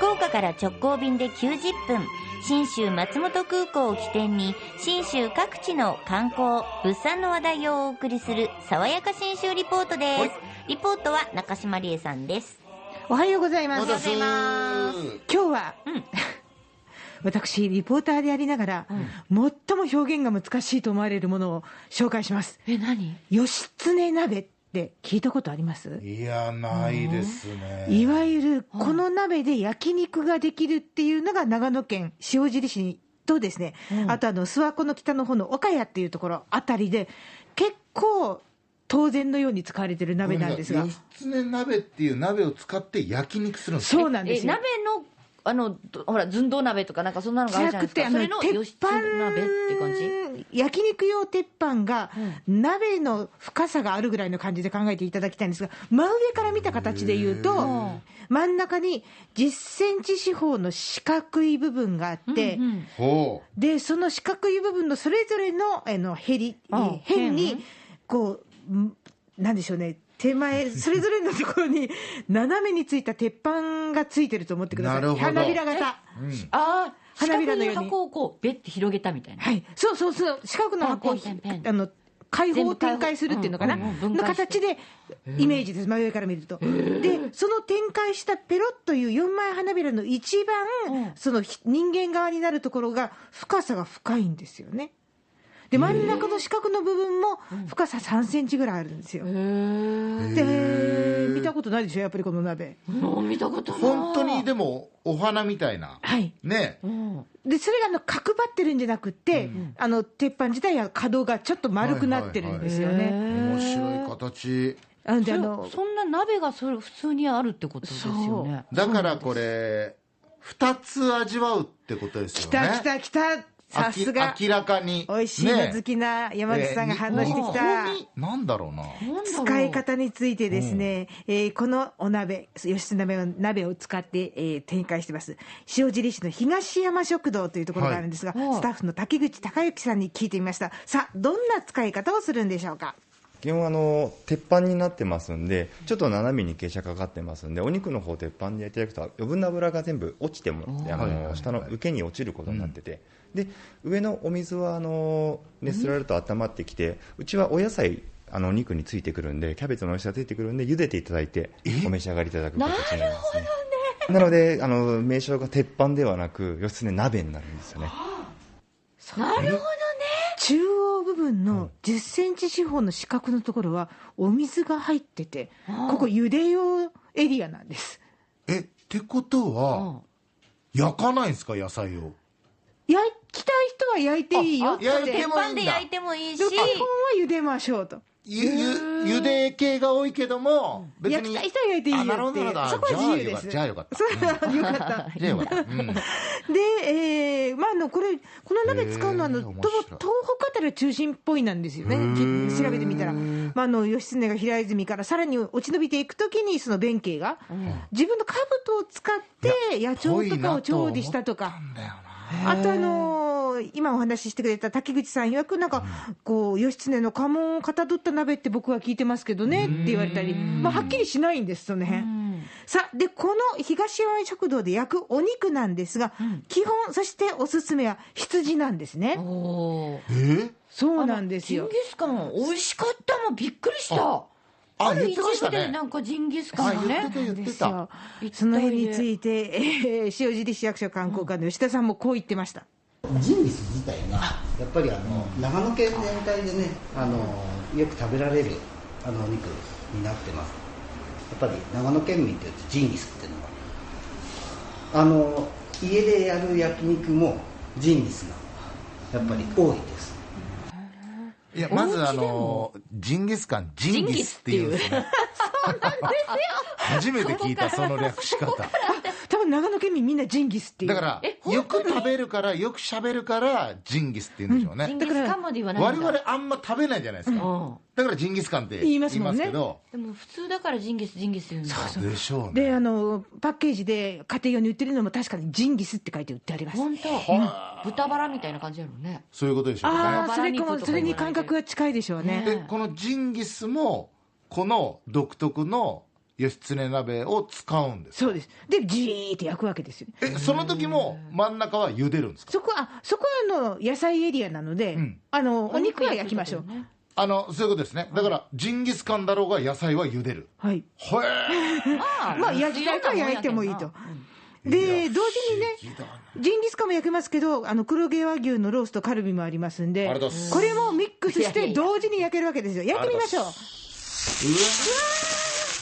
福岡から直行便で90分、新州松本空港を起点に、新州各地の観光、物産の話題をお送りする、爽やか新州リポートです。はいリポートは中島理恵さんです。おはようございます。おはようございます今日は、うん 私、リポーターでありながら、最も表現が難しいと思われるものを紹介します。え、何義経鍋って聞いたことありますいや、ないですね。いわゆる、この鍋で焼肉ができるっていうのが長野県塩尻市に、とですね、あとあの、諏訪湖の北の方の岡谷っていうところあたりで、結構、当然のように使われてるごめ鍋んなんなでさすいが義。経鍋っていう鍋を使って焼肉するんですかそうなんですよえ。鍋のあのどほら寸胴鍋とかなんかそんなのがあるじゃないですかじゃそなれくてのあの義経鍋って感じ焼肉用鉄板が鍋の深さがあるぐらいの感じで考えていただきたいんですが真上から見た形で言うと真ん中に10センチ四方の四角い部分があって、ほでその四角い部分のそれぞれのあのへりえー辺にこうんなんでしょうね手前それぞれのところに斜めについた鉄板がついてると思ってくださないるほど花びら型。ああ花花びびららののように箱をこうベッて広げたみたいなはい、そうそうそう、四角の箱をひペンペンペンあの開放を展開するっていうのかな、うんうんうん分の解して形で、イメージです、真上から見ると。で、その展開したペロッという4枚花びらの一番、そのひ人間側になるところが、深さが深いんですよね。で、真ん中の四角の部分も、深さ3センチぐらいあるんですよ。で、見たことないでしょ、やっぱりこの鍋。もう見たことう。ない本当にでも、お花みたいな。はい。ね。でそれがあの角張ってるんじゃなくて、あの鉄板自体は角がちょっと丸くなってるんですよね。面白い形。あのであそのそんな鍋がそれ普通にあるってことですよねだからこれ、二つ味わうってことですよ来たね。来た来たさすが明らかに。美味しいの好ねきな山口さんが反応してきえーた、にここになんだろうな。なんだろう使い方についてですね、えーこのお鍋義経鍋を鍋を使って、えー展開してます塩尻市の東山食堂というところがあるんですが、はいスタッフの滝口孝之さんに聞いてみましたさあどんな使い方をするんでしょうか基本あの鉄板になってますんでちょっと斜めに傾斜かかってますんでお肉の方鉄板で焼いていただくと余分な油が全部落ちてもあはいはいはのい下の受けに落ちることになってて、で上のお水はあの熱せられると温まってきて、うちはお野菜あのお肉についてくるんでキャベツのおいしさついてくるんで茹でていただいてお召し上がりいただく形になりますねなのであの名称が鉄板ではなく義経鍋になるんですよね中央部分の10センチ四方の四角のところはお水が入ってて、ここ茹で用エリアなんです。え、ってことは、焼かないんですか、野菜を。焼きたい人は焼いていいよって。焼い鉄てもいい板んでだ焼い。てもいいしでも、基本は茹でましょうと。ゆ、ゆ、ゆで系が多いけども、別焼に。きたい人は焼いていいよあなるほっどていなるうほど。そこは自由です。じゃあよかった。そじうよか った。ゃあよかった。うんで、えー、まあ、あの、これ、この鍋使うのは、あの、へーと面東白い北あたりは中心っぽいなんですよね。ーき調べてみたら。まあ、あの、義経が平泉からさらに落ち延びていくときに、その弁慶が、自分の兜を使って、野鳥とかを調理したとか。だよな。あとあのー今お話ししてくれた滝口さん曰くなんか、こう、義経の家紋をかたどった鍋って僕は聞いてますけどねって言われたり、まあ、はっきりしないんです、その辺。さあ、で、この東山食堂で焼くお肉なんですが、基本、そしておすすめは羊なんですね。おーえそうなんですジンよギ。スカン美味しかったもんびっくりしたああある言ってまし一た部ねでなんかジンギスカあ、ンがね言ってた言ってですよた。一体でその辺について、えー塩尻市役所観光課の吉田さんもこう言ってました。ジンギス自体がやっぱりあの長野県全体でねあのよく食べられるあのお肉になってますやっぱり長野県民って言うとジンギスっていうのがあの家でやる焼肉もジンギスがやっぱり多いです、いや、まずあの、ジンギスカン、ジンギスっていうんですね。初めて聞いた、その略し方。多分長野県民みんなジンギスっていう。だかえら、よく食べるから、よく喋るから、ジンギスって言うんでしょうジねン。ギスカンまで言わないんだ我々あんま食べないじゃないですか。うんだからジンギスカンって言言いいまますすもんねけど。でも普通だからジンギスジンギス言うんだでしょうね。で、あの、パッケージで家庭用に売ってるのも確かにジンギスって書いて売ってあります。本当豚バラみたいな感じやろうねそういうことでしょうあね。あ、バそラれ肉かとかも、もそれに感覚が近いでしょうね。で、このジンギスも、この独特の義経鍋を使うんですそうですでじーって焼くわけですよねえその時も真ん中は茹でるんですかそこはそこはあの野菜エリアなので、んあのお肉は焼きましょう、あのそういうことですねだからジンギスカンだろうが野菜は茹でるはいへえまあ焼きたいから焼いてもいいと。で同時にねジンギスカンも焼けますけどあの黒毛和牛のロースとカルビもありますんでありがとうございますこれもミックスしいやいてや同時に焼けるわけですよ焼いてみましょう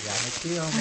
やめてよもう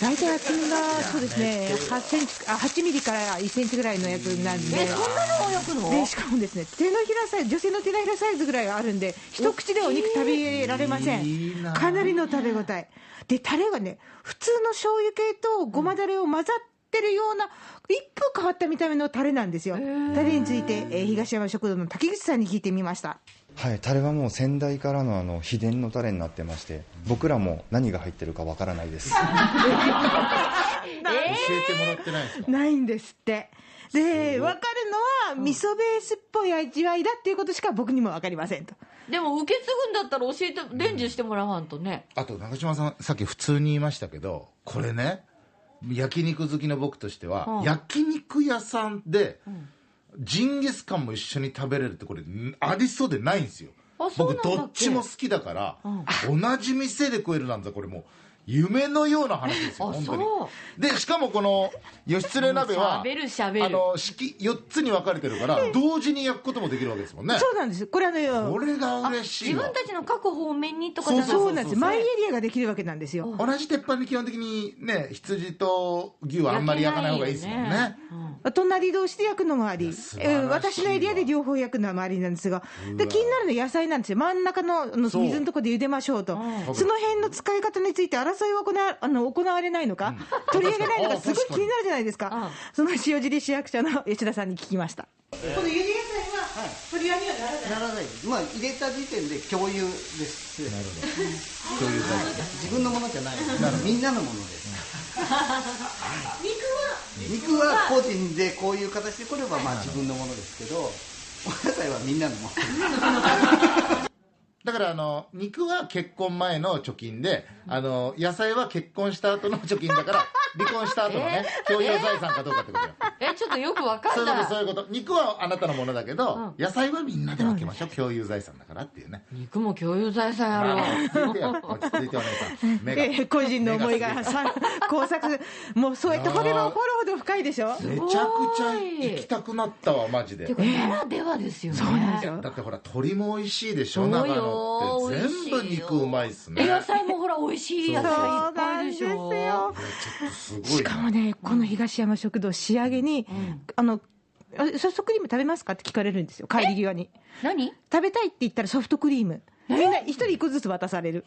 大体厚みがそうですね8センチあ8ミリから1センチぐらいのやつになるんでえそんなのを焼くのでしかもですね手のひらサイズ女性の手のひらサイズぐらいあるんで一口でお肉食べられません、いいなかなりの食べ応えでタレがね普通の醤油系とごまだれを混ざってるような一風変わった見た目のタレなんですよタレについて、えー東山食堂の滝口さんに聞いてみましたはい、タレはもう先代からのあの秘伝のタレになってまして僕らも何が入ってるかわからないです教えてもらってないんですかないんですってで分かるのは味噌ベースっぽい味わいだっていうことしか僕にも分かりませんとでも受け継ぐんだったら教えて伝授してもらわんとねあと中島さんさっき普通に言いましたけどこれね焼肉好きの僕としては、うん焼肉屋さんで、ジンギスカンも一緒に食べれるってこれんありそうでないんですよあそうなん僕だっけどっちも好きだから、同じ店で食えるなんてこれもう夢のような話ですよあ本当にそでしかもこの義経鍋はもう喋る喋るあの式4つに分かれてるから同時に焼くこともできるわけですもんねそうなんですこれあのこれが嬉しい自わ分たちの各方面にとかじゃなくてそうなんですマイエリアができるわけなんですよ同じ鉄板に基本的にね羊と牛はあんまり焼かない方がいいですもんね隣同士で焼くのもあり、え素晴らしいわー私のエリアで両方焼くのもありなんですが、で気になるのは野菜なんですよ、真ん中のあのそう水のところで茹でましょうと、その辺の使い方について争いは行わあの行われないのか、取り上げないのか、確かすにごい気になるじゃないですか、その塩尻市役所の吉田さんに聞きました。この茹で野菜は取り上げはならないならないまあ入れた時点で共有ですなるほどそういう感自分のものじゃないみんなのものです肉は肉は個人でこういう形で来ればまあ自分のものですけどお野菜はみんなのものだからあの肉は結婚前の貯金であの野菜は結婚した後の貯金だから 離婚した後のね共有財産かどうかってことよえちょっとよくわか そんういうことなそういいうこと肉はあなたのものだけど野菜はみんなで分けましょう共有財産だからっていうね肉も共有財産やろあ落ち着いてよ落ち着いてお姉さん目 がえー個人の思いがさ工作、もうそうやって掘れば掘るほど深いでしょ。めちゃくちゃ行きたくなったわマジでてかならではですよねそうなんですよだってほら鶏も美味しいでしょそうよ長野って全部肉うまいっすね野菜もほら美味しい野菜いそっうぱないんでですしょよ。すごいしかもね、この東山食堂、仕上げに、あの、あソフトクリーム食べますかって聞かれるんですよ、帰り際に。何食べたいって言ったらソフトクリーム。みんな一人一個ずつ渡される。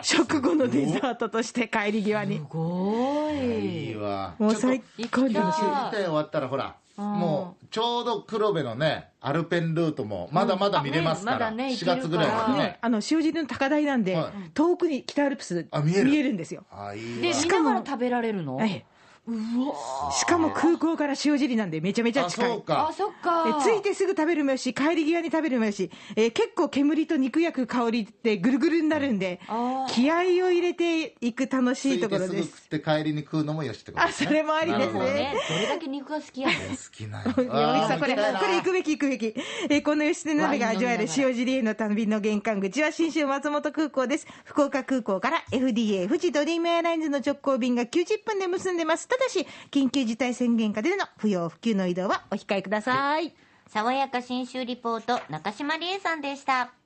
食後のデザートとして帰り際にす。ごいいいわもう最高ちょっ。ですと一体終わったらほらもうちょうど黒部のねアルペンルートもまだまだ見れますかうんあら、ねまだね4月ぐらいまでねね、あの、塩尻の高台なんで、は遠くに北アルプスあ見えるんですよ。あいいでわ見ながら食べられるのはい。しかも空港から塩尻なんでめちゃめちあゃ近い。そうあかそっかえついてすぐ食べる飯帰り際に食べる飯、えー結構煙と肉焼く香りってぐるぐるになるんであー気合を入れていく楽しいところついでてすぐす食って帰りに食うのもよしってことですねあそれもありでそすうなるねどれだけ肉が好きやねんほど好きなん や山口あさーんこれ見たいこれな行くべき行くべき、えーこの吉野鍋が味わえるワイン飲みながら塩尻への旅の玄関口は新州松本空港です福岡空港から FDA 富士ドリームエアラインズの直行便が90分で結んでますただし緊急事態宣言下での不要不急の移動はお控えください爽やか新州リポート中島理恵さんでした